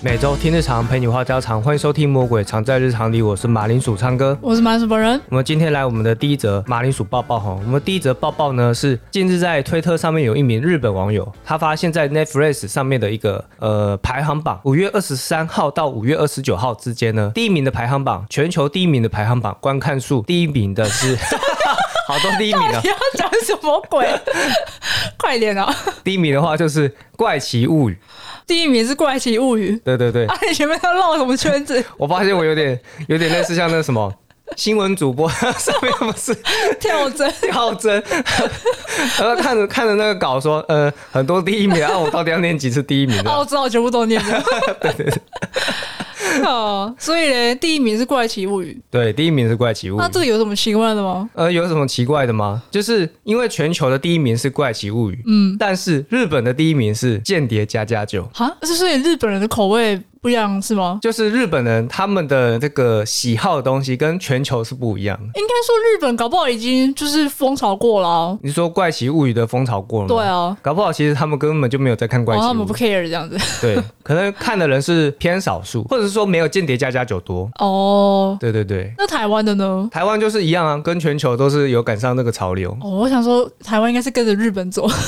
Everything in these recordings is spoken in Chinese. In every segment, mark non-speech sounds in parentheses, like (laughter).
每周听日常，陪你话家常，欢迎收听《魔鬼藏在日常里》，我是马铃薯唱歌。我是马什么人？我们今天来我们的第一则马铃薯抱抱哈，我们第一则抱抱呢是近日在推特上面有一名日本网友，他发现在 Netflix 上面的一个呃排行榜，五月二十三号到五月二十九号之间呢，第一名的排行榜，全球第一名的排行榜观看数第一名的是， (laughs) 好多第一名 (laughs) 啊你，要哎讲什么鬼？ (laughs) 快点啊！第一名的话就是《怪奇物语》，第一名是《怪奇物语对对对》，啊，你前面要绕什么圈 (laughs) 子？我发现我有点有点类似像那什么新闻主播 (laughs) 上面不是跳针。跳针， (laughs) 然后看着看着那个稿说，呃，很多第一名， (laughs) 然后我到底要念几次第一名哦，的？我知道，我全部都 (laughs) 念了。 (laughs) 哦，所以呢，第一名是《怪奇物语》，对，第一名是怪奇物语那。这个有什么奇怪的吗？呃，有什么奇怪的吗？就是因为全球的第一名是《怪奇物语》，嗯，但是日本的第一名是《间谍加加酒》，啊，这所以日本人的口味不一样是吗？就是日本人他们的这个喜好的东西跟全球是不一样的。应该说日本搞不好已经就是风潮过了哦、你说《怪奇物语》的风潮过了吗？对啊，搞不好其实他们根本就没有在看《怪然奇物后他语们不》care 这样子。 (laughs) 对，可能看的人是偏少数，或者是说没有《间谍加加酒》多。哦，对对对，那台湾的呢？台湾就是一样啊，跟全球都是有赶上那个潮流。 (laughs) 哦，我想说台湾应该是跟着日本走。 (laughs)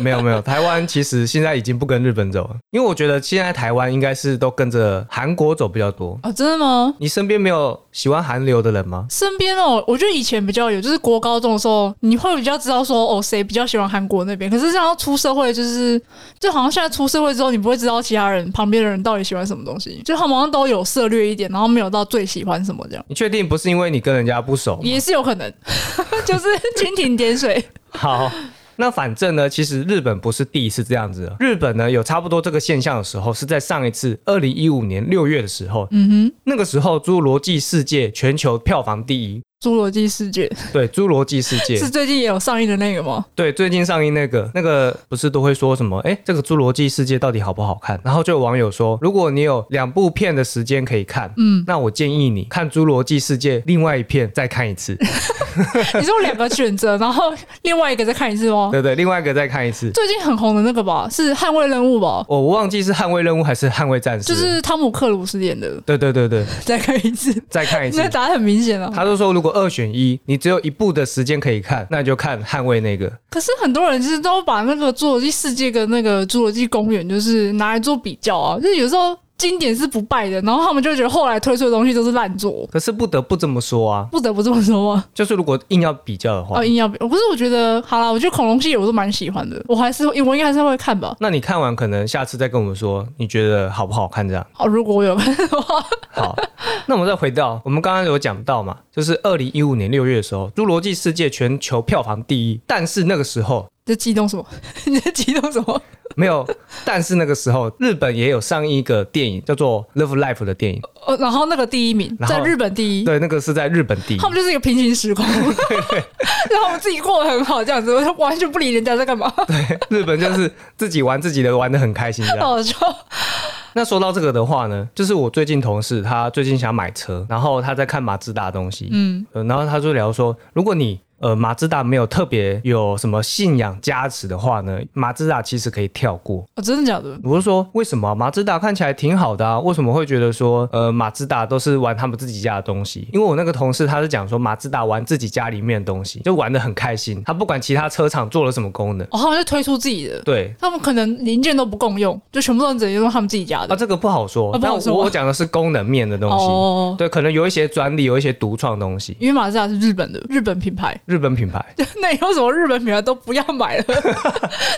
没有没有，台湾其实现在已经不跟日本走了，因为我觉得现在台湾应该是都跟着韩国走比较多。哦，真的吗？你身边没有喜欢韩流的人吗？身边哦，我觉得以前比较有，就是国高中的时候，你会比较知道说哦，谁比较喜欢韩国那边。可是这样出社会，就是就好像现在出社会之后，你不会知道其他人旁边的人到底喜欢什么东西，就他们好像都有涉略一点，然后没有到最喜欢什么这 (laughs) 样，你确定不是因为你跟人家不熟？也是有可能，就是蜻蜓点水。 (laughs) 好。那反正呢，其实日本不是第一次这样子的。日本呢有差不多这个现象的时候，是在上一次二零一五年六月的时候。嗯哼，那个时候《侏罗纪世界》全球票房第一。侏罗纪世界 (laughs) 对，《侏罗纪世界》 (laughs) 是最近也有上映的那个 (laughs) 吗？对，最近上映那个那个不是都会说什么？哎，这个《侏罗纪世界》到底好不好看？然后就有网友说，如果你有两部片的时间可以看，嗯，那我建议你看《侏罗纪世界》另外一片再看一次，哦你说两个选择，然后另外一个再看一次吗？对对，另外一个再看一次。最近很红的那个吧，是《捍卫任务》吧？我我忘记是《捍卫任务》还是《捍卫战士》就了，是汤姆克鲁斯演的，对对对对，再看一次。再看一次那。答案很明显啊。他就说，如果二选一，你只有一部的时间可以看，那你就看《捍卫》那个。可是很多人其实都把那个《侏罗纪世界》跟那个《侏罗纪公园》就是拿来做比较啊，就是有时候经典是不败的，然后他们就觉得后来推出的东西都是烂作，可是不得不这么说啊，不得不这么说吗？就是如果硬要比较的话，哦，硬要比，可是我觉得好啦，我觉得恐龙系列我都蛮喜欢的，我还是我应该还是会看吧。那你看完可能下次再跟我们说，你觉得好不好看这样。哦，如果我有看 (laughs) 的话，好，那我们再回到我们刚刚有讲到嘛，就是二零一五年六月的时候，《侏罗纪世界》全球票房第一，但是那个时候你在激动什么？ (laughs) 你在激动什么？没有，但是那个时候日本也有上映一个电影叫做《Love Life》的电影，哦，然后那个第一名然后在日本第一，对，那个是在日本第一他。们就是一个平 (laughs) 行时空， (laughs) 然后我们自己过得很好，这样子，我就完全不理人家在干嘛，日本就是自己玩自己的，玩的很开心这样。好笑。那说到这个的话呢，就是我最近同事他最近想买车，然后他在看马自达的东西，嗯、然后他就聊说，如果你呃马自达没有特别有什么信仰加持的话呢，马自达其实可以跳过。哦，真的假的？我是说，为什么马自达看起来挺好的啊？为什么会觉得说，呃，马自达都是玩他们自己家的东西？因为我那个同事他是讲说，马自达玩自己家里面的东西，就玩的很开心，他不管其他车厂做了什么功能。哦，他们就推出自己的，对，他们可能零件都不共用，就全部都只能用他们自己家啊，的。这个不好说。啊不但好我说我讲的是功能面的东西，哦对，可能有一些专利，有一些独创东西。因为马自达是日本的，日本品牌， (laughs) 日本品牌，那以后什么日本品牌都不要 (laughs) 买了，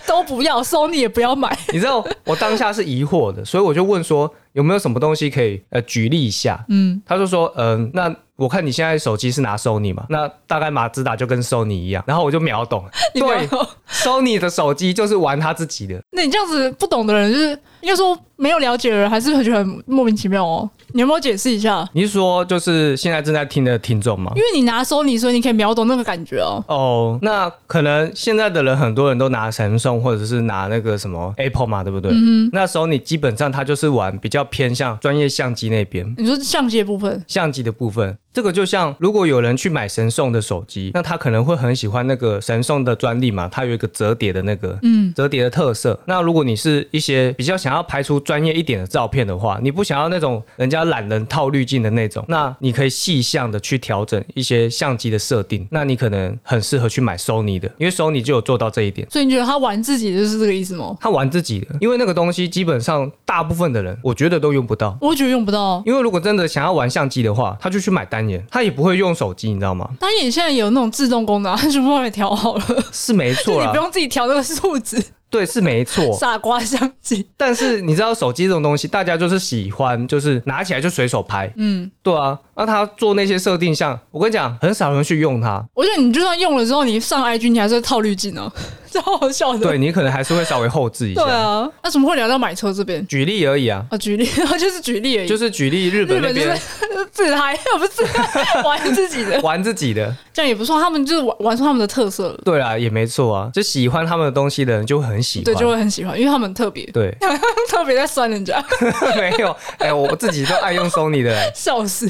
都不要，Sony 也不要买。你知道我当下是疑惑的，所以我就问说有没有什么东西可以呃举例一下？嗯，他就说，嗯、那我看你现在手机是拿 Sony 嘛，那大概马自达就跟 Sony 一样，然后我就秒懂，你不对要。 ，Sony 的手机就是玩他自己的，那你这样子不懂的人，就是应该说没有了解的人，还是会觉得很莫名其妙哦。你有没有解释一下？你是说就是现在正在听的听众吗因？为你拿 Sony，所以你可以秒懂那个感觉哦。哦，那可能现在的人很多人都拿 Samsung 或者是拿那个什么 Apple 嘛，对不对？嗯、那时候你基本上它就是玩比较偏向专业相机那边。你说相机的部分，相机的部分，这个就像如果有人去买神送的手机，那他可能会很喜欢那个神送的专利嘛，它有一个折叠的那个，嗯，折叠的特色。那如果你是一些比较想想要拍出专业一点的照片的话，你不想要那种人家懒人套滤镜的那种，那你可以细项的去调整一些相机的设定。那你可能很适合去买 Sony 的，因为 Sony 就有做到这一点。所以你觉得他玩自己就是这个意思吗？他玩自己的，因为那个东西基本上大部分的人，我觉得都用不到。我觉得用不到。因为如果真的想要玩相机的话，他就去买单眼，他也不会用手机，你知道吗？当然，你现在有那种自动功能啊，全部帮你调好了，是没就错 (laughs) 你不啦，用自己调那个数值，对，是没错。傻瓜相机。但是你知道手机这种东西，大家就是喜欢，就是拿起来就随手拍，嗯，对啊。那他做那些设定像，我跟你讲，很少人去用 (laughs) 它，我觉得你就算用了之后，(laughs) 你上 IG 你还是会套滤镜啊， (laughs) 超好笑的。对你可能还是会稍微后置一对下。啊，那怎么会聊到买车这边？举例而已啊，啊，举例， (laughs) 就是举例而已。就是是举例日日本那本就边是 (laughs) 自嗨，不是自嗨玩自 (laughs) 己的，玩自己的，这样也不错。他们就是玩玩出他们的特色了，对啊，也没错啊。就喜欢他们的东西的人就会很喜欢，对，就会很喜欢，因为他们很特别， (laughs) 对 (laughs) 特别在酸人家，, (laughs) 没有，哎、我自己都爱用 Sony 的、笑死。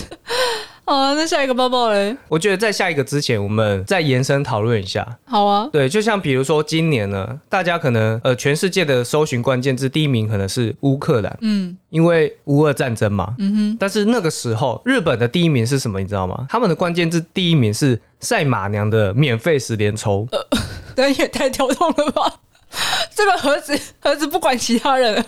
好啊，那下一个抱抱嘞？我觉得在下一个之前，我们再延伸讨论一下。好啊，对，就像比如说今年呢，大家可能呃，全世界的搜寻关键字第一名可能是乌克兰，嗯因为乌俄战争嘛。嗯哼，但是那个时候，日本的第一名是什么？你知道吗？他们的关键字第一名是赛马娘的免费十连抽。呃 (laughs) 但也太跳动了吧？这个盒子盒子不管其他人 (laughs) 了，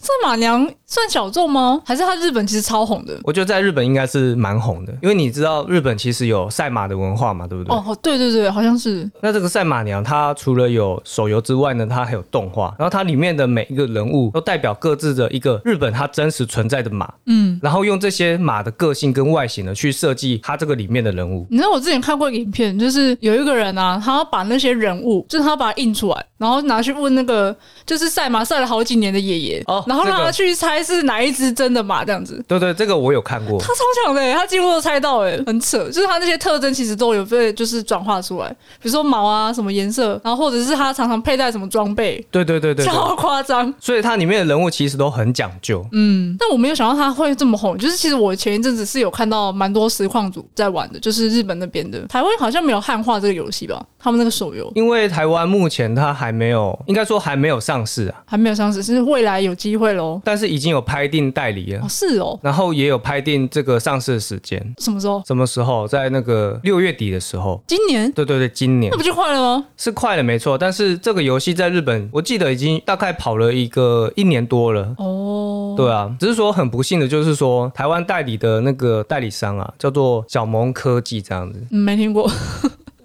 这马娘算小众吗？还是他日本其实超红的？我觉得在日本应该是蛮红的，因为你知道日本其实有赛马的文化嘛，对不对？哦，对对对，好像是那这个赛马娘，它除了有手游之外呢，它还有动画，然后它里面的每一个人物都代表各自的一个日本它真实存在的马，嗯。然后用这些马的个性跟外形呢，去设计它这个里面的人物。你知道我之前看过一个影片，就是有一个人啊，他要把那些人物，就是他把它印出来，然后拿去问那个就是赛马赛了好几年的爷爷，哦然后让这他个去猜是哪一只真的马这样子。对对，这个我有看过他。超强的、欸，他几乎都猜到哎、很扯。就是他那些特征其实都有被就是转化出来，比如说毛啊什么颜色，然后或者是他常常佩戴什么装备，对对对对对，超夸张。所以它里面的人物其实都很讲究。嗯，但我没有想到他会这么红。就是其实我前一阵子是有看到蛮多实况组在玩的，就是日本那边的。台湾好像没有汉化这个游戏吧？他们那个手游因为台湾目前它还没有，应该说还没有上市啊，还没有上市，是未来有机会喽。但是已经有拍定代理了哦，，是哦，然后也有拍定这个上市的时间。什么时候？什么时候？在那个六月底的时候。今年？对对对，今年那不就快了吗？是快了没错，但是这个游戏在日本，我记得已经大概跑了一个一年多了。哦，对啊，只是说很不幸的，就是说台湾代理的那个代理商啊，叫做小萌科技这样子。嗯，没听过。 (laughs)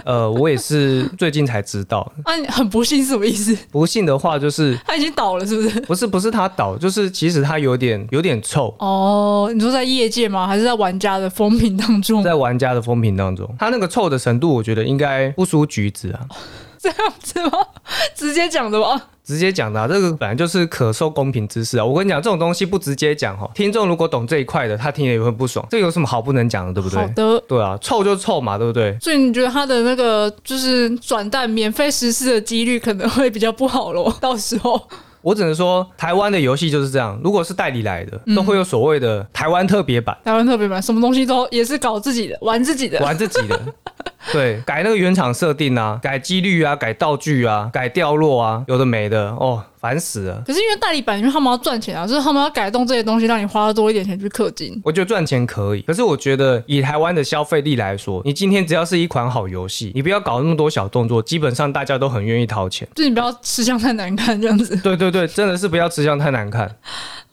呃，我也是最近才知道，啊，你很不幸是什么意思？不幸的话就是他已经倒了是不是？不是不是他倒，就是其实他有点有点臭，哦，你说在业界吗？还是在玩家的风评当中？在玩家的风评当中，他那个臭的程度，我觉得应该不输橘子啊。这样子吗？ (laughs) 直接讲的吗？直接讲的、啊，这个本来就是可受公平之事啊！我跟你讲，这种东西不直接讲哈，听众如果懂这一块的，他听了也会不爽，这有什么好不能讲的，对不好对？的。对啊，臭就臭嘛，对不对？所以你觉得他的那个就是转蛋免费实施的几率可能会比较不好咯？ (laughs) 到时候我只能说，台湾的游戏就是这样，如果是代理来的，都会有所谓的台湾特别版，台湾特别版什么东西都也是搞自己的，玩自己的。玩自己的。对，改那个原厂设定啊，改几率啊，改道具啊，改掉落啊，有的没的哦，烦死了。可是因为代理版，因为他们要赚钱啊，就是他们要改动这些东西，让你花多一点钱去氪金。我觉得赚钱可以，可是我觉得以台湾的消费力来说，你今天只要是一款好游戏，你不要搞那么多小动作，基本上大家都很愿意掏钱。就你不要吃相太难看这样子，对对对，真的是不要吃相太难看。 (laughs)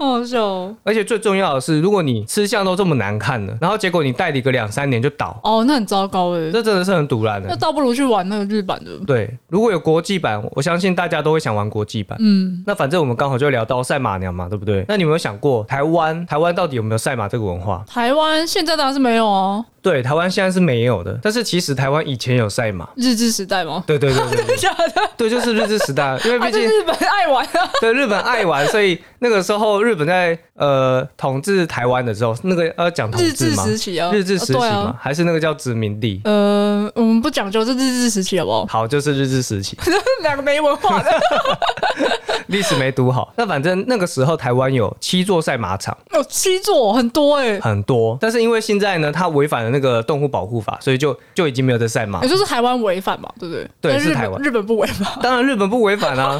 好好笑哦。而且最重要的是，如果你吃相都这么难看了，然后结果你代理个两三年就倒，哦，那很糟糕哎、这真的是很堵然那的。倒不如去玩那个日版的。对，如果有国际版，我相信大家都会想玩国际版。嗯，那反正我们刚好就聊到赛马娘嘛，对不对？那你有没有想过，台湾台湾到底有没有赛马这个文化？台湾现在当然是没有啊，对，台湾现在是没有的，但是其实台湾以前有赛马。日治时代吗？对对对 (laughs) 对对假的，对，就是日治时代，啊因为他毕就竟日本爱玩啊。对日本爱玩，所以那个时候日本在呃统治台湾的时候，那个呃讲统日治治嘛，时期啊，日治时期哦嘛，对啊。还是那个叫殖民地？呃，我们不讲究是日治时期好不好？ (laughs) 好，就是日治时期，两个没文化的， (laughs) 历史没读好。那反正那个时候台湾有七座赛马场，有七座很多哎、很多，但是因为现在呢，它违反了了那个动物保护法，所以就就已经没有在赛马也。就是台湾违反嘛，对不对？对但是日台本湾日本不违法，当然日本不违反啊，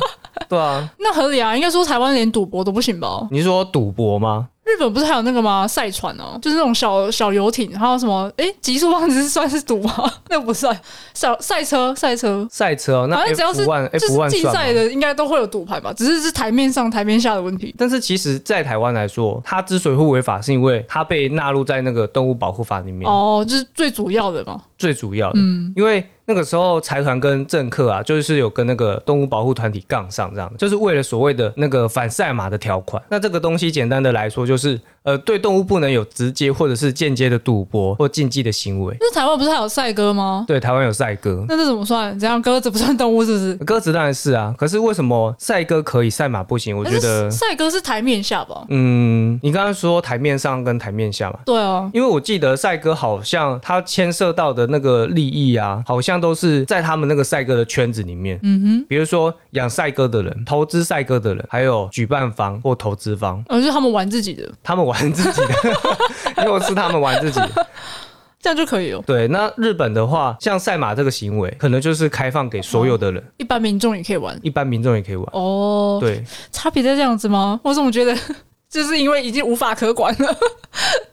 对啊。那合理啊。应该说台湾连赌博都不行吧？你是说赌博吗？日本不是还有那个吗？赛船哦、就是那种小小游艇，还有什么？诶，极速棒子是算是赌吗？ (laughs) 那不算，小赛车，赛车。赛车哦、那反正只 F 要是 one 就 F 是 one 竞算赛吗？的，应该都会有赌牌吧？只是是台面上、台面下的问题。但是其实，在台湾来说，它之所以会违法，是因为它被纳入在那个动物保护法里面。哦，嗯就是最主要的嘛。最主要的，因为那个时候财团跟政客啊，就是有跟那个动物保护团体杠上，这样就是为了所谓的那个反赛马的条款。那这个东西简单的来说，就是呃，对动物不能有直接或者是间接的赌博或竞技的行为。那台湾不是还有赛鸽吗？对，台湾有赛鸽，那这怎么算？怎样鸽子不算动物是不是？鸽子当然是啊，可是为什么赛鸽可以，赛马不行？我觉得但是，赛鸽是台面下吧？嗯，你刚刚说台面上跟台面下嘛，对啊，因为我记得赛鸽好像它牵涉到的那个利益啊，好像都是在他们那个赛鸽的圈子里面。嗯哼，比如说养赛鸽的人、投资赛鸽的人，还有举办方或投资方，呃，就是他们玩自己的，他们玩自己的， (laughs) 又是他们玩自己的。这样就可以哦了。对，那日本的话，像赛马这个行为，可能就是开放给所有的人，一般民众也可以玩。一般民众也可以玩。哦，对，差别在这样子吗？我怎么觉得 (laughs) 就是因为已经无法可管了，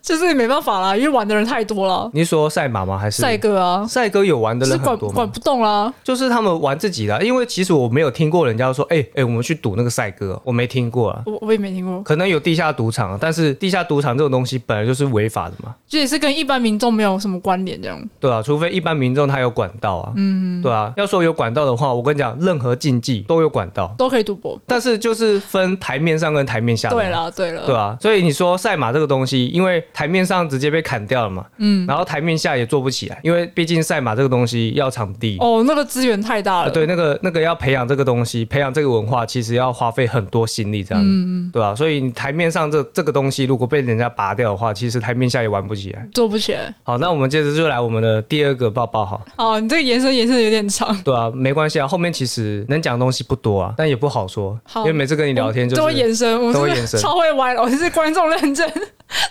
就是没办法啦，因为玩的人太多了，你是说赛马吗？还是赛鸽啊，赛鸽有玩的是人管很多吗管？不动啦。就是他们玩自己的啊，因为其实我没有听过人家说，哎、哎、我们去赌那个赛鸽哦，我没听过啊。我我也没听过，可能有地下赌场，但是地下赌场这种东西本来就是违法的嘛，这也是跟一般民众没有什么关联这样。对啊，除非一般民众他有管道啊，嗯，对啊，要说有管道的话，我跟你讲，任何竞技都有管道，都可以赌博。但是就是分台面上跟台面下的嘛对啦，对了，对啊，所以你说赛马这个东西，因为台面上直接被砍掉了嘛，嗯，然后台面下也做不起来，因为毕竟赛马这个东西要场地，哦，那个资源太大啊，了。对，那个那个要培养这个东西，培养这个文化，其实要花费很多心力，这样，嗯对吧、所以你台面上这这个东西，如果被人家拔掉的话，其实台面下也玩不起来。做不起来。好，那我们接着就来我们的第二个抱抱，好，哦，你这个延伸延伸得有点长。对啊，没关系啊，后面其实能讲的东西不多啊，但也不好说，好因为每次跟你聊天就都会是。延伸，我都会真延的伸超会歪楼，是观众认证，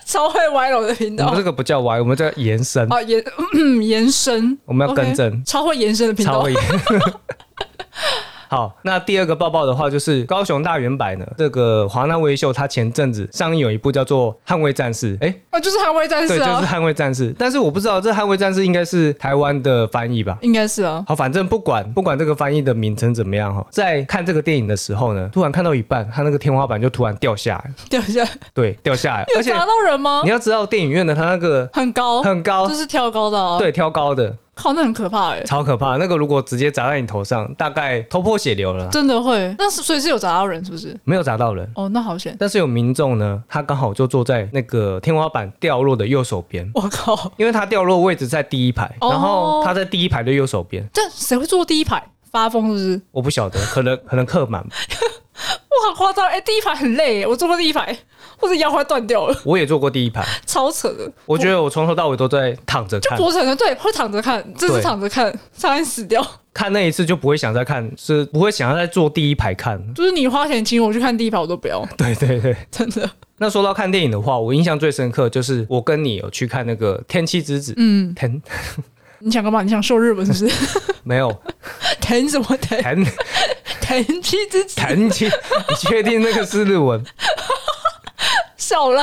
超会歪楼的频我们道这。个不叫歪，我们叫延伸，啊，延 (clears throat) 延伸，我们要 OK 更正。超会延伸的频超道。会演。 (laughs) 好，那第二个抱抱的话，就是高雄大圆柏呢，这个华纳威秀，他前阵子上映有一部叫做《捍卫战士》，哎、啊， (laughs) 就是捍卫战士对，就是啊， 《捍卫战士》，但是我不知道这《捍卫战士》应该是台湾的翻译吧。应该是啊。好，反正不管不管这个翻译的名称怎么样哈，在看这个电影的时候呢，突然看到一半，它那个天花板就突然掉下来，掉下来，对，掉下来，而 (laughs) 有且砸到人吗你？要知道电影院的它那个很高，很高就，是跳高的啊。，对，挑高的，靠，那很可怕哎，超可怕，那个如果直接砸在你头上，大概头破血流了啦，真的会。那是所以是有砸到人是不是？没有砸到人。哦，那好险。但是有民众呢，他刚好就坐在那个天花板掉落的右手边，我靠，因为他掉落位置在第一排，哦然后他在第一排的右手边，这谁会坐第一排？发疯是不是？我不晓得，可能可能客满，哇，好夸张！哎、第一排很累耶，我坐过第一排，或者腰快断掉了，我也坐过第一排，超扯的。我觉得我从头到尾都在躺着看，脖子很对，会躺着看，这对是躺着看，差点死掉。看那一次就不会想再看，是不会想要再坐第一排看。就是你花钱请我去看第一排，我都不 (laughs) 要， (laughs) 对对对。真的。那说到看电影的话，我印象最深刻就是我跟你有去看那个《天气之子》，嗯，天你想干嘛？你想秀日本是不 (laughs) 是？没有疼什么 (laughs) 疼？天疼妻之子，天气，你确定那个是日 (laughs) 文？笑了。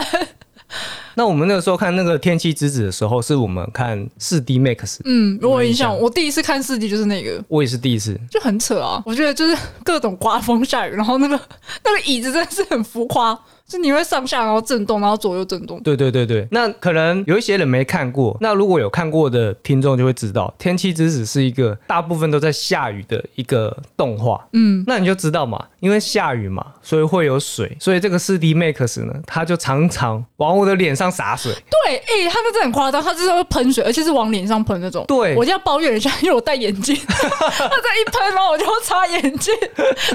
那我们那个时候看那个《天气之子》的时候，是我们看四 D Max，嗯，我有印有象，印象我第一次看四 D 就是那个。我也是第一次。就很扯啊！我觉得就是各种刮风下雨，然后那个那个椅子真的是很浮夸，就你会上下然后震动，然后左右震动。对对对对，那可能有一些人没看过，那如果有看过的听众就会知道，《天气之子》是一个大部分都在下雨的一个动画。嗯，那你就知道嘛，因为下雨嘛，所以会有水，所以这个四 D Max 呢，它就常常往我的脸上洒 (laughs) 水。对，哎、他们真的很夸张，他就是会喷水，而且是往脸上喷那种。对我一定要抱怨一下，因为我戴眼 (laughs) 镜，他这样一喷，然后我就擦眼镜，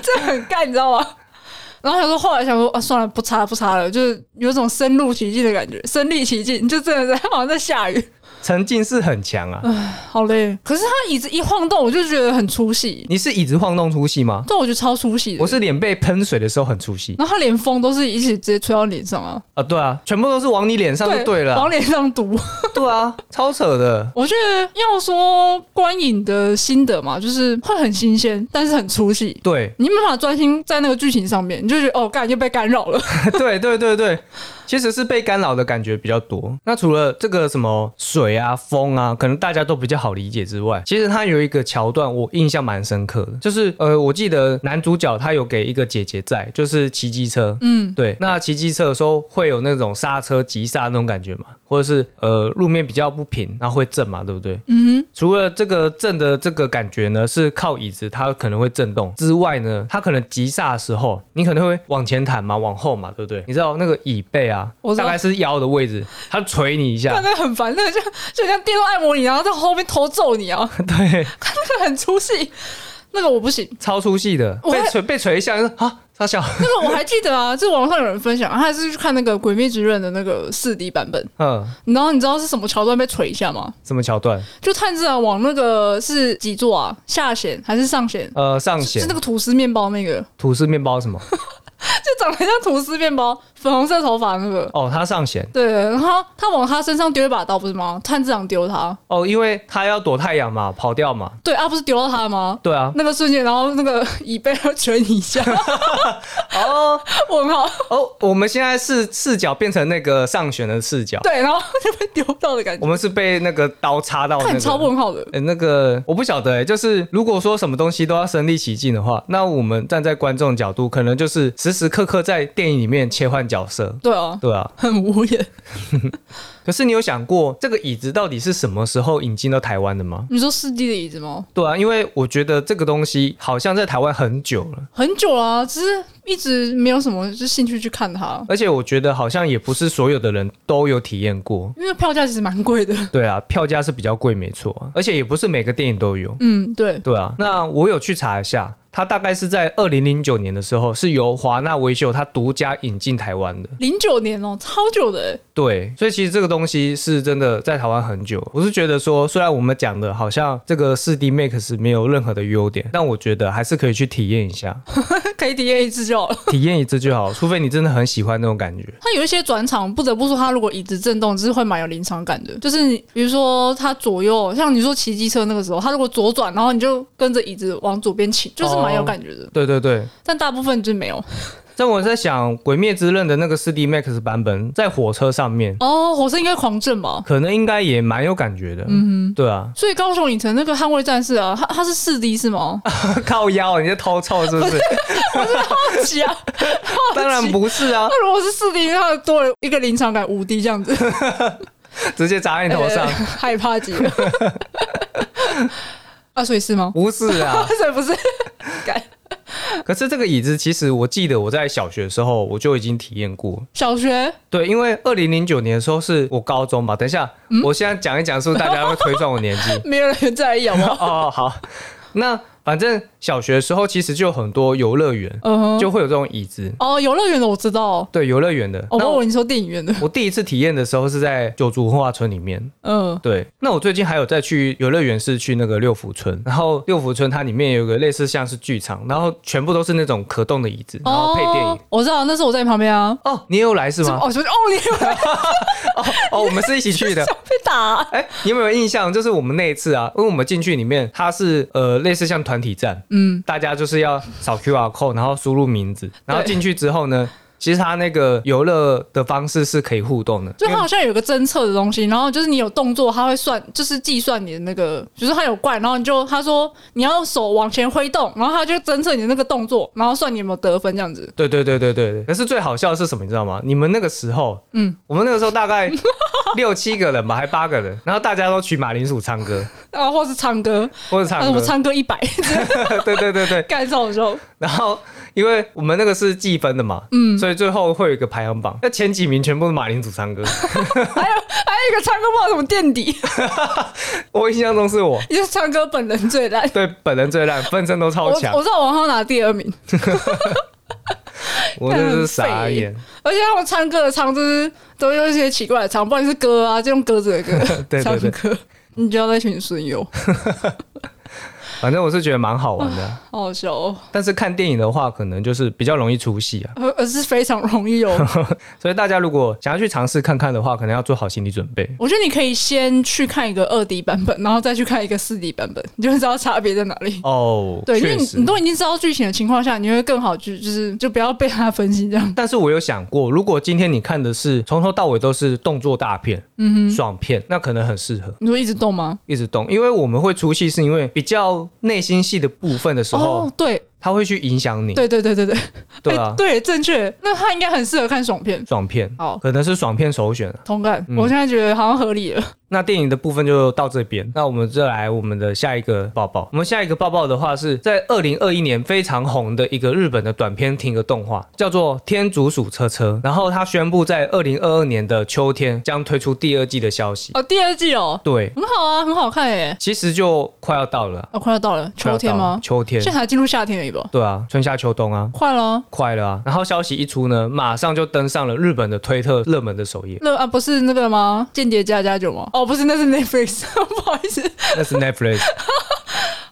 这很干，你知道吗？然后他说，后来想说，啊，算了，不 (laughs) 擦了，不擦了，就是有一种身入其境的感觉，身临其境，就真的在好像在下雨，沉浸式很强啊。好累。可是他椅子一晃动，我就觉得很出戏，你是椅子晃动出戏吗？但我觉得超出戏的。我是脸被喷水的时候很出戏然后他连风都是一起直接吹到脸上啊，啊，对啊，全部都是往你脸上就对了啊，往脸上毒。对啊，超扯的。我觉得要说观影的心得嘛，就是会很新鲜，但是很出戏。对你没办法专心在那个剧情上面，你就觉得哦，干又被干扰 (laughs) 了。对对对对，其实是被干扰的感觉比较多。那除了这个什么水啊、风啊，可能大家都比较好理解之外，其实它有一个桥段我印象蛮深刻的，就是呃，我记得男主角他有给一个姐姐在，就是骑机车，嗯，对，那骑机车的时候会有那种刹车急刹那种感觉嘛，或者是呃路面比较不平，然后会震嘛，对不对？嗯哼，除了这个震的这个感觉呢，是靠椅子它可能会震动之外呢，它可能急刹的时候，你可能会往前弹嘛，往后嘛，对不对？你知道那个椅背啊我，知大道概是腰的位置，它捶你一干下，那个很烦，那个就就像电动按摩你，然后在后面偷 (laughs) 揍你啊， (laughs) 对，那个很出戏。那个我不行，超出戏的，我被还捶被捶一下，就说啊，他笑，那个我还记得啊，就网上有人分享，他还是去看那个《鬼灭之刃》的那个四 D 版本， (laughs) 嗯，然后你知道是什么桥段被锤一下吗？什么桥段？就炭治郎往那个是几座啊？下弦还是上弦？呃，上是弦那个吐司面包那个，吐司面包什么？就长得像吐司面包，粉红色头发那个。哦，他上弦对，然后他往他身上丢一把刀，不是吗？炭治郎丢他，哦，因为他要躲太阳嘛，跑掉嘛，对啊，不是丢到他吗？对啊，那个瞬间，然后那个椅背要捶你一下， (laughs) 哦问号，哦，我们现在视视角变成那个上弦的视角，对，然后就被丢到的感我觉，们是被那个刀插到那看个。超问号的。欸，那个我不晓得、欸，就是如果说什么东西都要身临其境的话，那我们站在观众角度，可能就是时时刻刻在电影里面切换角色，对啊，对啊。很无言。可是你有想过，这个椅子到底是什么时候引进到台湾的吗？你说四 D 的椅子吗？对啊，因为我觉得这个东西好像在台湾很久了，很久啦、只是一直没有什么就兴趣去看它，而且我觉得好像也不是所有的人都有体验过。因为票价其实蛮贵的。对啊，票价是比较贵，没错啊，而且也不是每个电影都有。嗯，对，对啊，那我有去查一下，它大概是在二零零九年的时候，是由华纳维秀它独家引进台湾的。零九年哦、超久的、欸。对，所以其实这个东西是真的在台湾很久。我是觉得说，虽然我们讲的好像这个四 D Max 没有任何的优点，但我觉得还是可以去体验一下， (laughs) (laughs) 可以体验一次就好了。体验一次就好，除非你真的很喜欢那种感觉。它有一些转场，不得不说，它如果椅子震动，就是会蛮有临场感的。就是你比如说它左右，像你说骑机车那个时候，它如果左转，然后你就跟着椅子往左边倾，就是蛮有感觉的。对对对，但大部分就是没有。但我在想，《鬼灭之刃》的那个四 D Max 版本，在火车上面，哦，火车应该狂震吧？可能应该也蛮有感觉的。嗯，对啊， (laughs) 所以高雄影城那个捍卫战士啊，它它是四 D 是 (laughs) 吗？靠腰，你在偷臭 (laughs) 是不是？好奇啊，当然不是 (laughs) 啊，那如果是四 D，它多了一个临场感，五 D 这样 (laughs) 子，直接砸在你头上呃。害怕极了。 (laughs) 啊，所以是 (laughs) 吗？，不是啊所以不是，可是这个椅子其实我记得我在小学的时候我就已经体验过。小学？对，因为二零零九年的时候是我高中嘛。等一下，我现在讲一讲，是不是大家会推算我年纪 (laughs) 没有人在意好 (laughs) 吗？哦，好，那反正小学的时候其实就有很多游乐园，嗯哼，就会有这种椅子。哦，游乐园的我知道，哦，对，游乐园的。我那问我你说电影院的，我第一次体验的时候是在九族文化村里面，嗯，对，那我最近还有再去游乐园，是去那个六福村，然后六福村它里面有一个类似像是剧场，然后全部都是那种可动的椅子，然后配电影。哦，我知道，那是我在你旁边啊，哦，你也有来是是吗？哦，就是哦，(laughs) 你有。哦，我们是一起去的 (laughs) 被打啊，哎、你有没有印象？就是我们那一次啊，因为我们进去里面，它是呃类似像团体战，嗯，大家就是要扫 QR code，然后输入名字，然后进去之后呢，其实它那个游乐的方式是可以互动的，就因它为好像有个侦测的东西，然后就是你有动作，它会算，就是计算你的那个，就是它有怪，然后你就他说你要手往前挥动，然后它就侦测你的那个动作，然后算你有没有得分这样子，对对对对对对。可是最好笑的是什么，你知道吗？你们那个时候，嗯嗯，我们那个时候大概六七个人吧，还八个人，然后大家都去马铃薯唱歌然啊后或是唱歌，或者唱啊，我歌，唱歌一百， (laughs) (laughs) 对对对对。干上的时候，哎然后因为我们那个是计分的嘛，嗯，所以最后会有一个排行榜，那前几名全部是马铃薯唱歌。 (laughs) 还有一个唱歌不知道怎么垫底，我印象中是我就是唱歌本人最烂。对本人最烂，分身都我超强我。知道王浩拿第二名，我真是傻眼。而且他们唱歌的唱就是都用一些奇怪的唱，不管是歌啊，就用鸽子的歌 (laughs) 对对对唱歌，你就要在群损友，反正我是觉得蛮好玩的啊，好好笑哦，但是看电影的话，可能就是比较容易出戏啊。而而是非常容 (laughs) 易哦。所以大家如果想要去尝试看看的话，可能要做好心理准备。我觉得你可以先去看一个二 D 版本，然后再去看一个四 D 版本，你就会知道差别在哪里。哦，对，因为确你实你。都已经知道剧情的情况下，你会更好去，就是就不要被他分析这样。但是我有想过，如果今天你看的是从头到尾都是动作大片、嗯、爽片，那可能很适合你说一直动吗？一直动，因为我们会出戏，是因为比较内心戏的部分的时候，哦，对它会去影响你。对对对对对，对啊哎，对，正确。那他应该很适合看爽片，爽片好可能是爽片首选啊。同感。我现在觉得好像合理了。那电影的部分就到这边，那我们再来我们的下一个抱抱。我们下一个抱抱的话是在二零二一年非常红的一个日本的短片听个动画，叫做《天竺鼠车车》，然后它宣布在二零二二年的秋天将推出第二季的消息。哦，第二季哦，对，很好啊，很好看耶。其实就快要到了啊，哦，快要到了，快秋要到天了吗？秋天现，在才进入夏天而已吧？对啊，春夏秋冬啊。快了啊，，快了啊！然后消息一出呢，马上就登上了日本的推特热门的首页那啊不是那个吗？间谍加加酒吗？哦，不是，那是 Netflix，不 (laughs) 好意思。那是 Netflix。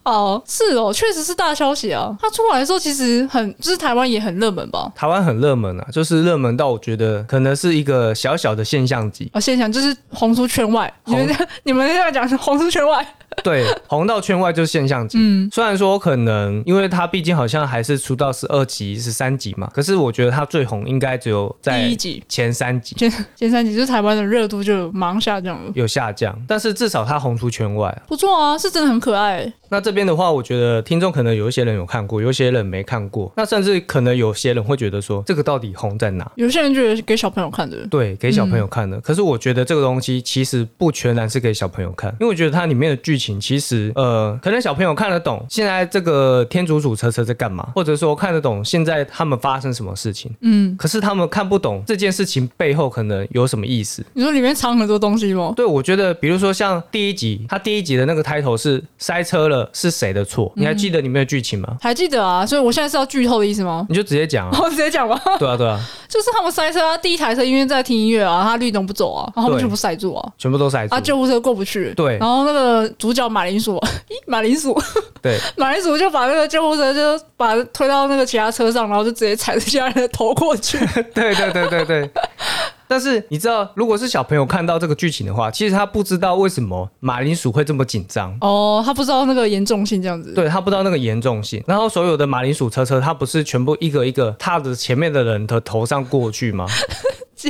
哦，是哦，确实是大消息啊！它出来的时候其实很，就是台湾也很热门吧？台湾很热门啊，就是热门到我觉得可能是一个小小的现象级，啊，现在想就是红出圈外，你们这你们这样讲是红出圈外，对，红到圈外就是现象级。嗯，虽然说可能因为它毕竟好像还是出到十二集、十三集嘛，可是我觉得它最红应该只有第在一集前三集前前三集就是台湾的热度就忙下降了，有下降，但是至少它红出圈外啊。不错啊，是真的很可爱、那这边的话，我觉得听众可能有一些人有看过，有一些人没看过，那甚至可能有些人会觉得说，这个到底红在哪？有些人觉得是给小朋友看的，对，给小朋嗯友看的。可是我觉得这个东西其实不全然是给小朋友看，因为我觉得它里面的剧情其实呃，可能小朋友看得懂现在这个天竺鼠车车在干嘛，或者说看得懂现在他们发生什么事情。嗯，可是他们看不懂这件事情背后可能有什么意思。你说里面藏很多东西吗？对，我觉得比如说像第一集，它第一集的那个 title 是塞车了是谁的错？你嗯还记得里面的剧情吗？还记得啊，所以我现在是要剧透的意思吗？ (laughs) 你就直接讲啊。我直接讲吧，对啊，对啊，就是他们塞车啊，第一台车因为在听音乐啊，他绿灯不走啊，然后他们对全部塞住啊，全部都塞住。啊，救护车过不去。对然后那个主角马铃薯， (laughs) 咦，马铃薯，对，马铃薯就把那个救护车就把推到那个其他车上，然后就直接踩着其他人的头 (laughs) 过去。对对对对对。但是你知道，如果是小朋友看到这个剧情的话，其实他不知道为什么马铃薯会这么紧张，哦，他不知道那个严重性这样子。对他不知道那个严重性。然后所有的马铃薯车车，它不是全部一个一个踏着前面的人的头上过去吗？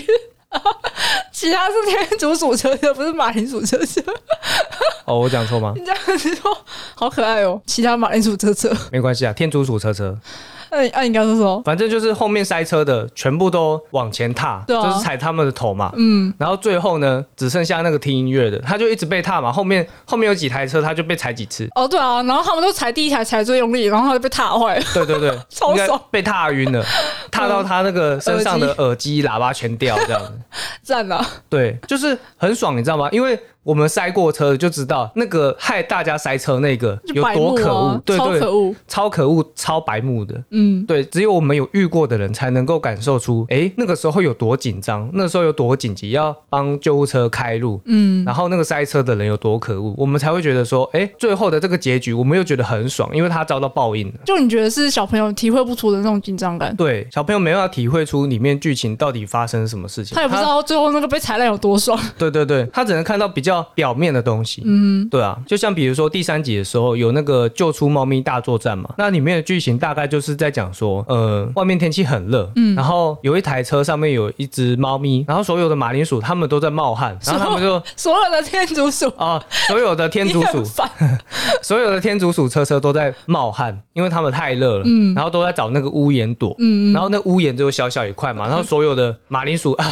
(laughs) 其他是天竺鼠车车，不是马铃薯车车。哦，我讲错吗？你这样子说好可爱哦，其他马铃薯车车。没关系啊，天竺鼠车车，那你那你刚刚说什么？反正就是后面塞车的全部都往前踏，对啊就是踩他们的头嘛。嗯，然后最后呢，只剩下那个听音乐的，他就一直被踏嘛。后面后面有几台车，他就被踩几次。哦对啊，然后他们都踩第一台踩最用力，然后他就被踏坏了。 (laughs) 对对对，超应该爽被踏晕了，踏到他那个身上的耳机喇叭全掉， (laughs) 这样子，赞啊！对，就是很爽，你知道吗？因为我们塞过车就知道那个害大家塞车那个就有白多目可恶，啊，对超对，可恶。超可恶，超白目的。嗯，对，只有我们有遇过的人才能够感受出，诶，那个时候有多紧张，那时候有多紧急，要帮救护车开路，嗯，然后那个塞车的人有多可恶，我们才会觉得说，诶，最后的这个结局，我们又觉得很爽，因为他遭到报应了。就你觉得是小朋友体会不出的那种紧张感，对，小朋友没有要体会出里面剧情到底发生什么事情，他也不知道最后那个被踩烂有多爽。 (laughs) 他。对对对，他只能看到比较表面的东西。嗯，对啊，就像比如说第三集的时候有那个救出猫咪大作战嘛，那里面的剧情大概就是在讲说，呃，外面天气很热，嗯，然后有一台车上面有一只猫咪，然后所有的马铃薯它们都在冒汗，然后他们 (laughs) 就。所有的天竺鼠，啊、所有的天竺你鼠很，烦，所有的天竺鼠车车都在冒汗，因为它们太热了，嗯，然后都在找那个屋檐躲，嗯然后那屋檐只有小 (laughs) 小一块嘛，然后所有的马铃薯，啊、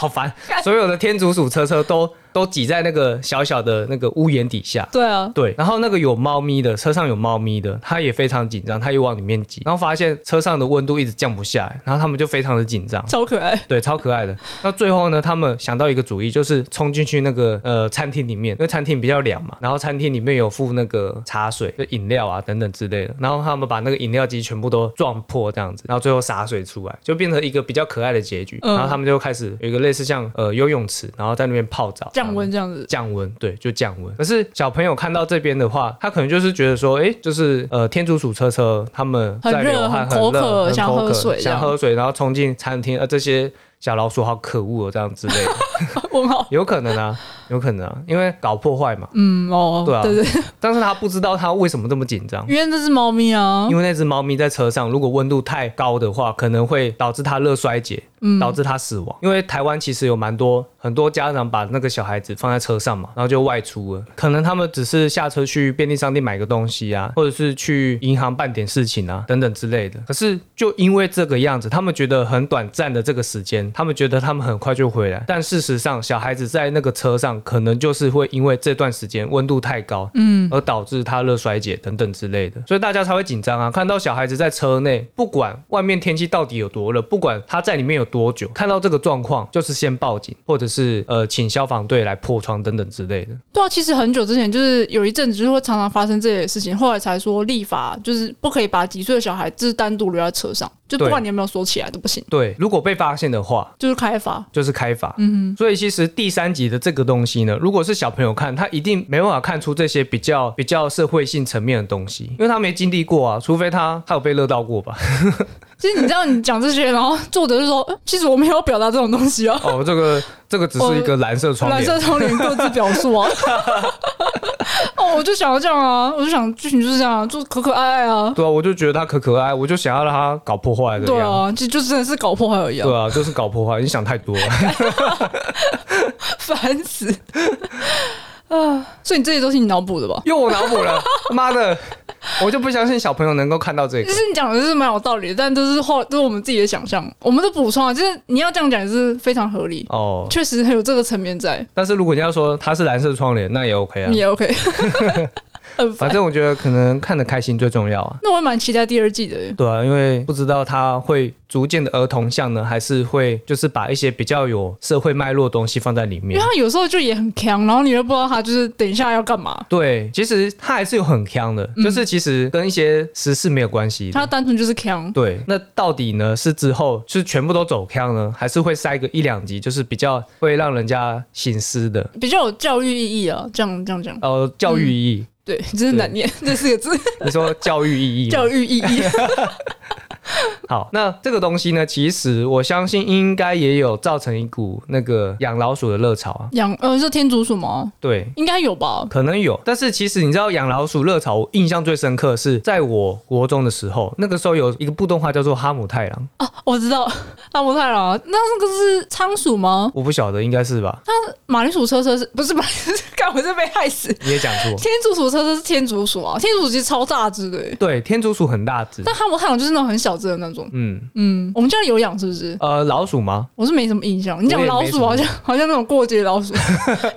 好烦，所有的天竺鼠车车都都挤在那个小小的那个屋檐底下。对啊，对，然后那个有猫咪的，车上有猫咪的，他也非常紧张，他又往里面挤，然后发现车上的温度一直降不下来，然后他们就非常的紧张。超可爱。对，超可爱的。那最后呢，他们想到一个主意，就是冲进去那个呃餐厅里面，因为餐厅比较凉嘛，然后餐厅里面有附那个茶水、就饮料啊等等之类的，然后他们把那个饮料机全部都撞破这样子，然后最后洒水出来，就变成一个比较可爱的结局。嗯然后他们就开始有一个类似像呃游泳池，然后在那边泡澡降温这样子，降温，对，就降温。可是小朋友看到这边的话，他可能就是觉得说，哎，就是呃，天竺鼠车车他们在很热流汗，很很口热，渴很想口喝渴水这想样喝水，然后冲进餐厅，呃，这些小老鼠好可恶哦，这样 (laughs) 之类的，(laughs) 问号。有可能啊，有可能啊，因为搞破坏嘛。嗯哦，对啊对 (laughs) 对，但是他不知道他为什么这么紧张。因为这只猫咪啊因，为那只猫咪在车上，如果温度太高的话，可能会导致它热衰竭，嗯导致它死亡。因为台湾其实有蛮多很多家长把那个小孩子放在车上嘛，然后就外出了，可能他们只是下车去便利商店买个东西啊，或者是去银行办点事情啊，等等之类的。可是就因为这个样子，他们觉得很短暂的这个时间，他们觉得他们很快就回来，但事实上，小孩子在那个车上可能就是会因为这段时间温度太高，嗯，而导致他热衰竭等等之类的，所以大家才会紧张啊。看到小孩子在车内，不管外面天气到底有多热，不管他在里面有多久，看到这个状况，就是先报警，或者是呃请消防队来破窗等等之类的。对啊，其实很久之前就是有一阵子就是会常常发生这类事情，后来才说立法就是不可以把几岁的小孩就是单独留在车上，就不对管你有没有锁起来都不行，对，如果被发现的话，就是开罚。就是开罚。嗯，所以其实第三集的这个东西呢，如果是小朋友看，他一定没办法看出这些比较比较社会性层面的东西，因为他没经历过啊，除非他他有被热到过吧。其实你知道你讲这些，然后作者就说，呃其实我没有表达这种东西啊，哦，这个这个只是一个蓝色窗蓝帘色。窗帘各自表 (laughs) 述啊。哦，我就想要这样啊，我就想剧情就是这样啊，就是可可爱爱啊， (laughs) 对啊，我就觉得他可可爱，我就想要让他搞破坏的对样子。啊，就就真的是搞破坏而已啊对，啊，就是搞破坏，你想太多了。 (laughs) 烦死。啊，所以你这些都是你脑补的吧？又我脑补了， (laughs) 妈的，我就不相信小朋友能够看到这其个。实你讲的是蛮有道理的，但都是后都是我们自己的想象，我们的补充啊，就是你要这样讲也是非常合理，哦，确实很有这个层面在，但是如果你要说它是蓝色窗帘，那也 OK 啊你。也 OK，很反烦。正我觉得可能看得开心最重要啊。那我也蛮期待第二季的耶，对啊，因为不知道他会逐渐的儿童向呢，还是会就是把一些比较有社会脉络的东西放在里因为面。他有时候就也很强，然后你又不知道他就是等一下要干嘛，对，其实他还是有很强的，就是嗯其实跟一些时事没有关系的。他单纯就是强。对，那到底呢是之后是全部都走康呢，还是会塞个一两集，就是比较会让人家醒思的，比较有教育意义啊，这样这样讲，呃，教育意义？对，真是难念这四个字，嗯你说 (laughs) 教育意义吗？教育意义。好，那这个东西呢，其实我相信应该也有造成一股那个养老鼠的热潮啊， (laughs) 养呃是天竺鼠吗？对。应该有吧，可能有，但是其实你知道养老鼠热潮，我印象最深刻是在我国中的时候，那个时候有一个部动画叫做《哈姆太郎》，我知道阿姆太郎啊，那那个是仓鼠吗？我不晓得应该是吧？马铃薯车车是不是马铃薯？干，我是被害死。你也讲错。 (laughs) 天竺鼠车车是天竺鼠啊，天竺鼠其实超大只的欸，对，天竺鼠很大只，但哈姆太郎就是那种很小只的那种。嗯，嗯，我们家有养是不是？呃，老鼠吗？我是没什么印象。你讲老鼠我也好没什么印像好像那种过街 (laughs) 老鼠，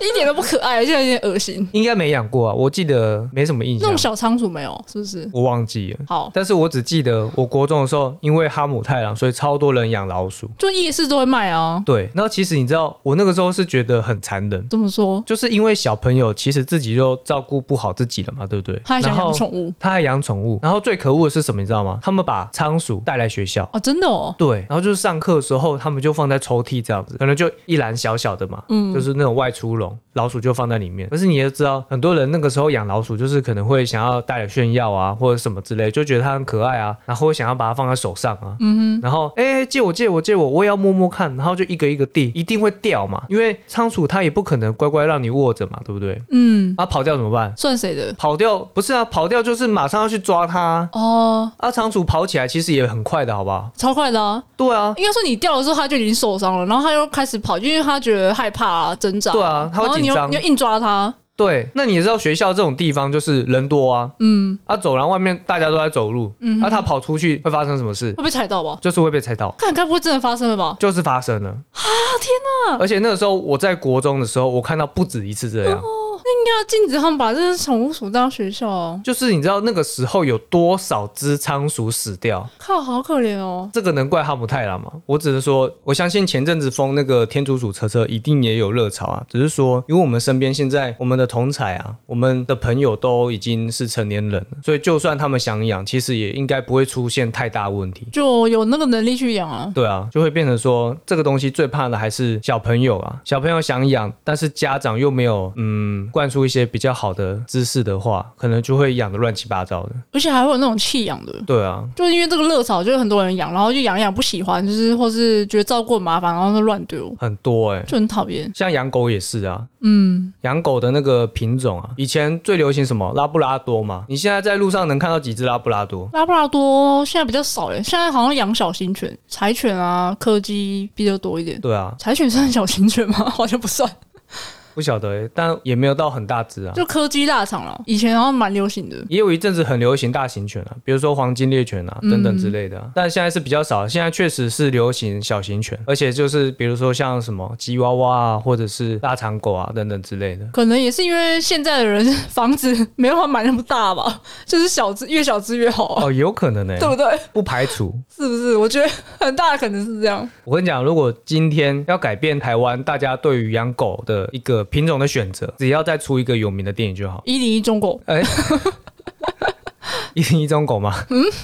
一点都不可爱，而且有点恶心。应该没养过啊，我记得没什么印那象种，小仓鼠没有，是不是？我忘记了。好，但是我只记得我国中的时候，因为哈姆太郎，所以超多人养老鼠。就夜市都会卖啊。对，然后其实你知道，我那个时候是觉得很残忍，这么说，就是因为小朋友其实自己就照顾不好自己了嘛，对不对？他还想然养后宠物他还养宠物，然后最可恶的是什么，你知道吗？他们把仓鼠带来学校。哦，真的哦。对，然后就是上课的时候，他们就放在抽屉这样子，可能就一篮小小的嘛，嗯，就是那种外出笼，老鼠就放在里面。可是你也知道，很多人那个时候养老鼠，就是可能会想要带来炫耀啊，或者什么之类，就觉得它很可爱啊，然后会想要把它放在手上啊，嗯哼，然后哎、借我借我借我，我也要摸摸看，然后就一个一个递，一定会掉嘛，因为仓鼠它也不可能乖乖让你握着嘛，对不对？嗯，它、跑掉怎么办？算谁的？跑掉不是啊，跑掉就是马上要去抓它啊。哦，啊，仓鼠跑起来其实也很快的，好不好？超快的啊！对啊，应该说你掉的时候他就已经受伤了，然后他又开始跑，因为他觉得害怕啊，挣扎。对啊他会然后你紧又张你又硬抓他，对，那你也知道学校这种地方就是人多啊，嗯，啊走廊外面大家都在走路，嗯啊他跑出去会发生什么事会？被踩到吧？就是会被踩到，看，该不会真的发生了吧？就是发生了啊！天哪！而且那个时候我在国中的时候，我看到不止一次这哦样，应该要禁止他们把这只宠物鼠带到学校哦。就是你知道那个时候有多少只仓鼠死掉？靠，好可怜哦。这个能怪哈姆太郎吗？我只是说，我相信前阵子封那个天竺鼠车车一定也有热潮啊，只是说，因为我们身边现在我们的同才啊，我们的朋友都已经是成年人了，所以就算他们想养，其实也应该不会出现太大问题。就有那个能力去养啊。对啊，就会变成说这个东西最怕的还是小朋友啊，小朋友想养，但是家长又没有嗯灌输一些比较好的知识的话，可能就会养的乱七八糟的。而且还会有那种弃养的，对啊，就是因为这个热潮，就是很多人养，然后就养一养不喜欢，就是或是觉得照顾很麻烦，然后就乱丢，很多哎、就很讨厌。像养狗也是啊，嗯，养狗的那个品种啊，以前最流行什么拉布拉多嘛，你现在在路上能看到几只拉布拉多？拉布拉多现在比较少耶，现在好像养小型犬、柴犬啊、柯基比较多一点。对啊，柴犬算小型犬吗？ (laughs) 好像不算，不晓得、欸，但也没有到很大只啊。就柯基大厂了。以前好像蛮流行的，也有一阵子很流行大型犬啊，比如说黄金猎犬啊等等之类的啊、嗯但现在是比较少。现在确实是流行小型犬，而且就是比如说像什么吉娃娃啊，或者是腊肠狗啊等等之类的。可能也是因为现在的人 (laughs) 房子没办法买那么大吧，就是小只越小只越好啊，哦，有可能呢、对不对？ (laughs) 不排除。是不是？我觉得很大的可能是这样。我跟你讲，如果今天要改变台湾大家对于养狗的一个品种的选择，只要再出一个有名的电影就好。一零一中狗哎、一零一种狗吗？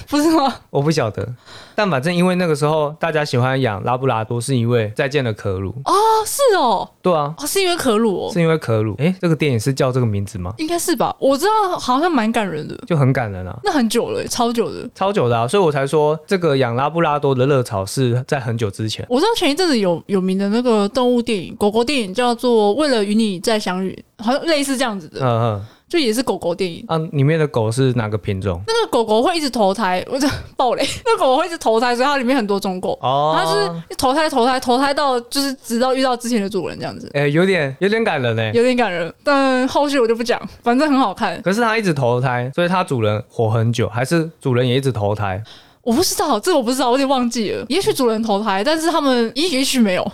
不是吗？我不晓得，但反正因为那个时候大家喜欢养拉布拉多，是因为再见了可鲁。哦，是哦，对啊，哦，是因为可鲁哦，是因为可鲁。哎、这个电影是叫这个名字吗？应该是吧？我知道，好像蛮感人的，就很感人啊，那很久了，超久的。超久的啊，所以我才说这个养拉布拉多的热潮是在很久之前。 (laughs) 我知道前一阵子有有名的那个动物电影，狗狗电影叫做《为了与你再相遇》，好像类似这样子的，嗯就也是狗狗电影。嗯，啊，里面的狗是哪个品种？那个狗狗会一直投胎，我这暴雷， (laughs) 那个狗狗会一直投胎，所以它里面很多种狗。哦，它就是投胎投胎投胎到就是直到遇到之前的主人这样子，哎、有点有点感人欸呢、有点感人。但后续我就不讲，反正很好看。可是它一直投胎，所以它主人活很久，还是主人也一直投胎？我不知道，这个我不知道，我有点忘记了。也许主人投胎，但是他们也也许没有。 (laughs)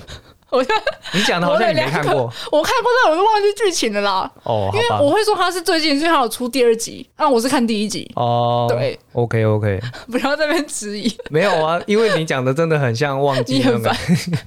你讲的好像你没看过我看过，但我都忘记剧情了啦。哦，因为好吧我，会说它是最近，所以它有出第二集，但我是看第一集。哦，对， ，OK OK， (laughs) 不要在那边质疑没有啊，因为你讲的真的很像忘记你那很个烦。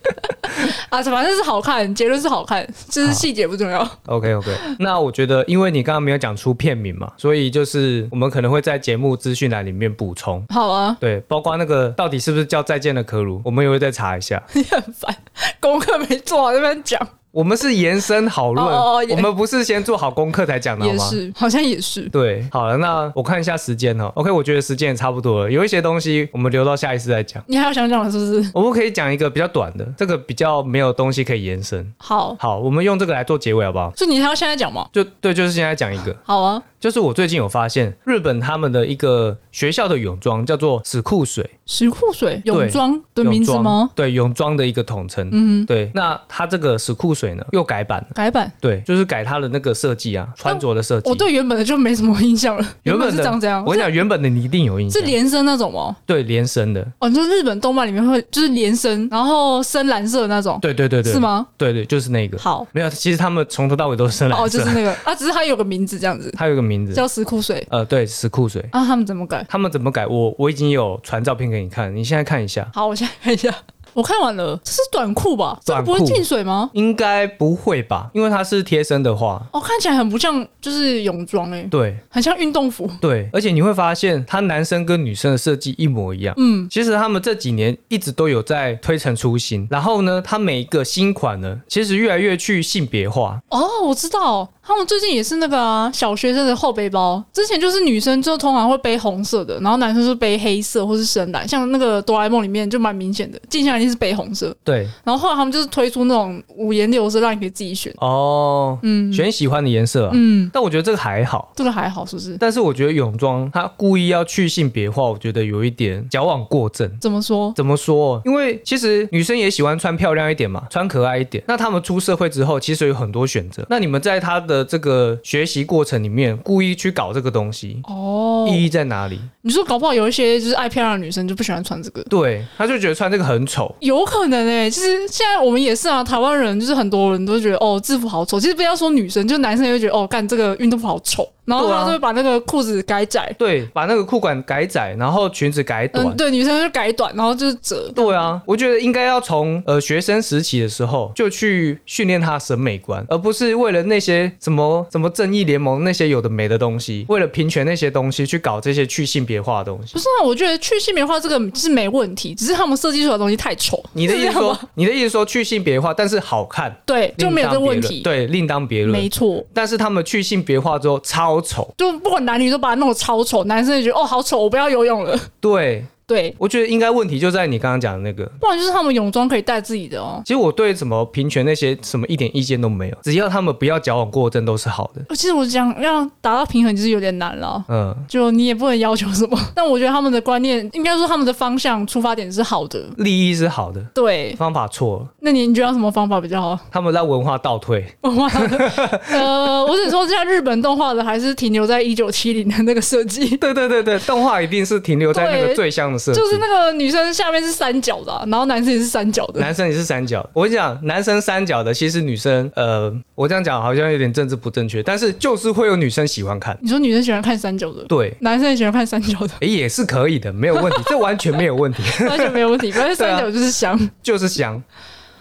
啊！反正是好看，结论是好看，就是细节不重要。 OK OK，那我觉得，因为你刚刚没有讲出片名嘛，所以就是我们可能会在节目资讯栏里面补充。好啊，对，包括那个到底是不是叫再见的可鲁，我们也会再查一下。 (laughs) 你很烦，功课没做好在那边讲，我们是延伸讨论，哦哦也我们不是先做好功课才讲的好也吗？是，好像也是。对，好了，那我看一下时间哦。OK，我觉得时间也差不多了，有一些东西我们留到下一次再讲。你还有想讲的是不是？我们可以讲一个比较短的，这个比较没有东西可以延伸。好，好，我们用这个来做结尾好不好？所以你还要现在讲吗？就对，就是现在讲一个，好啊，就是我最近有发现日本他们的一个学校的泳装叫做死库水石库水泳装的泳名字装吗？？对，泳装的一个统称。嗯，对，那它这个死库水呢又改版了，改版。对，就是改它的那个设计啊，穿着的设计。我对原本的就没什么印象了，原本是的长这样我，跟你讲，原本的你一定有印是象，连身那种吗？对，连身的，哦，就是日本动漫里面会就是连身，然后深蓝色的那种，对对对对，是？吗？对对，就是那个。好，没有，其实他们从头到尾都是深蓝色，(laughs) 哦，就是那个啊，只是它有个名字这样子，它有一个名字，叫石库水呃，对，死库水。啊。他们怎么改？他们怎么改？我我已经有传照片给你看，你现在看一下，好，我先看一下，我看完了，这是短裤吧？这个不会短裤进水吗？应该不会吧？因为它是贴身的话，哦，看起来很不像，就是泳装哎、对很像运动服。对，而且你会发现，它男生跟女生的设计一模一样。嗯，其实他们这几年一直都有在推陈出新，然后呢，它每一个新款呢，其实越来越去性别化。哦，我知道，他们最近也是那个啊，小学生的后背包。之前就是女生就通常会背红色的，然后男生是背黑色或是深蓝，像那个哆啦 A 梦里面就蛮明显的，静香一定是背红色。对，然后后来他们就是推出那种五颜六色，让你可以自己选。哦，嗯选喜欢的颜色啊。嗯，但我觉得这个还好。这个还好，是不是？但是我觉得泳装它故意要去性别化，我觉得有一点矫枉过正。怎么说？怎么说？因为其实女生也喜欢穿漂亮一点嘛，穿可爱一点。那她们出社会之后，其实有很多选择。那你们在她的的这个学习过程里面故意去搞这个东西，哦，意义在哪里？你说搞不好有一些就是爱漂亮的女生就不喜欢穿这个，对，他就觉得穿这个很丑。有可能诶、就是现在我们也是啊，台湾人就是很多人都觉得哦制服好丑，其实不要说女生，就男生也会觉得哦干这个运动服好丑，然后对啊他就会把那个裤子改窄，对，把那个裤管改窄，然后裙子改短。嗯，对，女生就改短，然后就是折。对啊，我觉得应该要从呃学生时期的时候就去训练他的审美观，而不是为了那些什么什么正义联盟那些有的没的东西，为了平权那些东西去搞这些去性别化的东西不。是啊，我觉得去性别化这个是没问题，只是他们设计出来的东西太丑。你的是意这思样说吗？，你的意思说去性别化，但是好看对，就没有另这个当问别论。题对，另当别没论。错，但是他们去性别化之后超丑，就不管男女都把它弄得超丑，男生也觉得哦好丑，我不要游泳了。 (laughs) 对对，我觉得应该问题就在你刚刚讲的那个。不然就是他们泳装可以带自己的哦。其实我对什么平权那些什么一点意见都没有，只要他们不要矫枉过正都是好的。呃其实我讲要达到平衡，就是有点难了。嗯，就你也不能要求什么， (laughs) 但我觉得他们的观念，应该说他们的方向出发点是好的。利益是好的，对，方法错了，那你你觉得要什么方法比较好？ (laughs) 他们让文化倒退。我 (laughs) 忘了。呃，我只说现在日本动画的还是停留在一九七零的那个设计，对对对对，动画一定是停留在那个对最香的设计。就是那个女生下面是三角的啊、然后男生也是三角的。男生也是三角，我跟你讲，男生三角的，其实女生，呃，我这样讲好像有点政治不正确，但是就是会有女生喜欢看，你说女生喜欢看三角的，对，男生也喜欢看三角 (laughs) 的，诶也是可以的，没有问 (laughs) 题，这完全没有问题，完全没有问题。反正三啊角就是香就是香。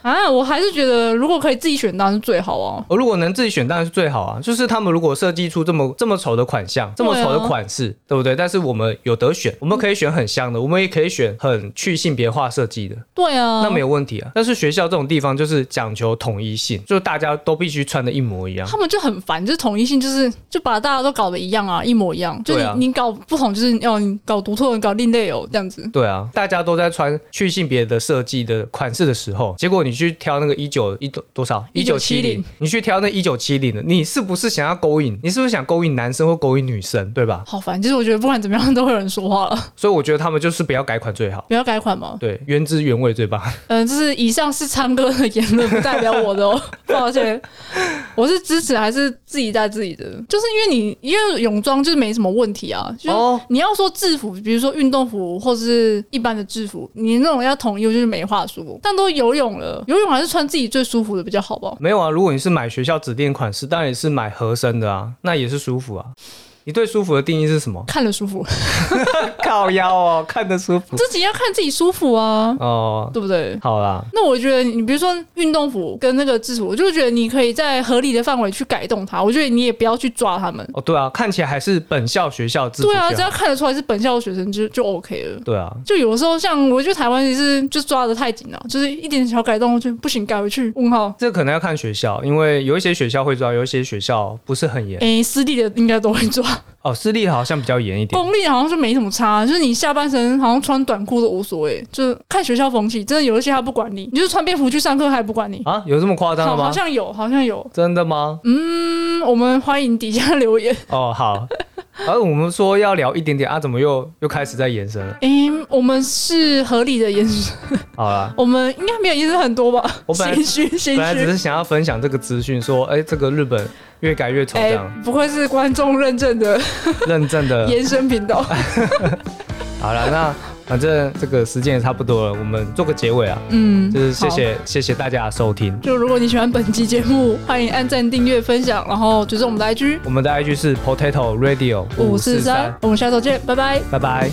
啊！我还是觉得如果可以自己选，当然是最好哦、我如果能自己选，当然是最好啊。就是他们如果设计出这么这么丑的款项，这么丑的款式，对,、不对？但是我们有得选，我们可以选很香的，我们也可以选很去性别化设计的，对啊，那没有问题啊。但是学校这种地方就是讲求统一性，就大家都必须穿的一模一样。他们就很烦，就是统一性，就是就把大家都搞得一样啊，一模一样。就对你、啊你搞不同，就是哦，你搞独特，你搞另类哦，这样子。对啊，大家都在穿去性别的设计的款式的时候，结果你去挑那个一九一多少一九七零1970，你去挑那一九七零的，你是不是想要勾引？你是不是想勾引男生或勾引女生，对吧？好烦，就是我觉得不管怎么样都会有人说话了， (laughs) 所以我觉得他们就是不要改款最好。不要改款嘛。对，原汁原味最棒。嗯、就是以上是昌哥的言论，不代表我的哦， (laughs) 抱歉。我是支持还是自己带自己的，就是因为你因为泳装就是没什么问题啊，就是哦你要说制服，比如说运动服或是一般的制服，你那种要统一我就是没话说。但都游泳了，游泳还是穿自己最舒服的比较好 (laughs) 吧。？没有啊，如果你是买学校指定款式，当然也是买合身的啊，那也是舒服啊。你对舒服的定义是什么看了舒服， (laughs) 靠腰哦，看得舒服自己要看自己舒服啊，哦。对不对？好啦，那我觉得你比如说运动服跟那个制服，我就觉得你可以在合理的范围去改动它。我觉得你也不要去抓他们。哦对啊，看起来还是本校学校制服对啊，就只好要看得出来是本校的学生就就 OK 了。对啊，就有的时候像我觉得台湾也是就抓的太紧了，就是一点小改动就不行，改回去问号。这可能要看学校，因为有一些学校会抓，有一些学校不是很严。诶、私立的应该都 (laughs) 会抓，哦，私立好像比较严一点。公立好像就没什么差，就是你下半身好像穿短裤都无所谓，就是看学校风气。真的有一些他不管你，你就是穿便服去上课，他也不管你。啊，有这么夸张好，的好吗？像有，好像有。真的吗？嗯，我们欢迎底下 (laughs) 留言。哦， (laughs) 好。而、我们说要聊一点点啊，怎么又又开始在延伸了？诶、我们是合理的延伸，好啦，嗯我们应该没有延伸很多吧？我本来谦虚谦本来只虚。是想要分享这个资讯，说，哎、这个日本越改越丑，这诶样、不愧是观众认证的认真的。哎 (laughs) 延伸 (laughs) 频道。哎好了，那反正这个时间也差不多了，我们做个结尾啊，嗯，就是谢好。谢谢谢大家的收听。就如果你喜欢本期节目，欢迎按赞、订阅、分享，然后追踪我们的 IG 我们的 IG 是 Potato Radio 五四三，。我们下周见，拜拜。拜拜。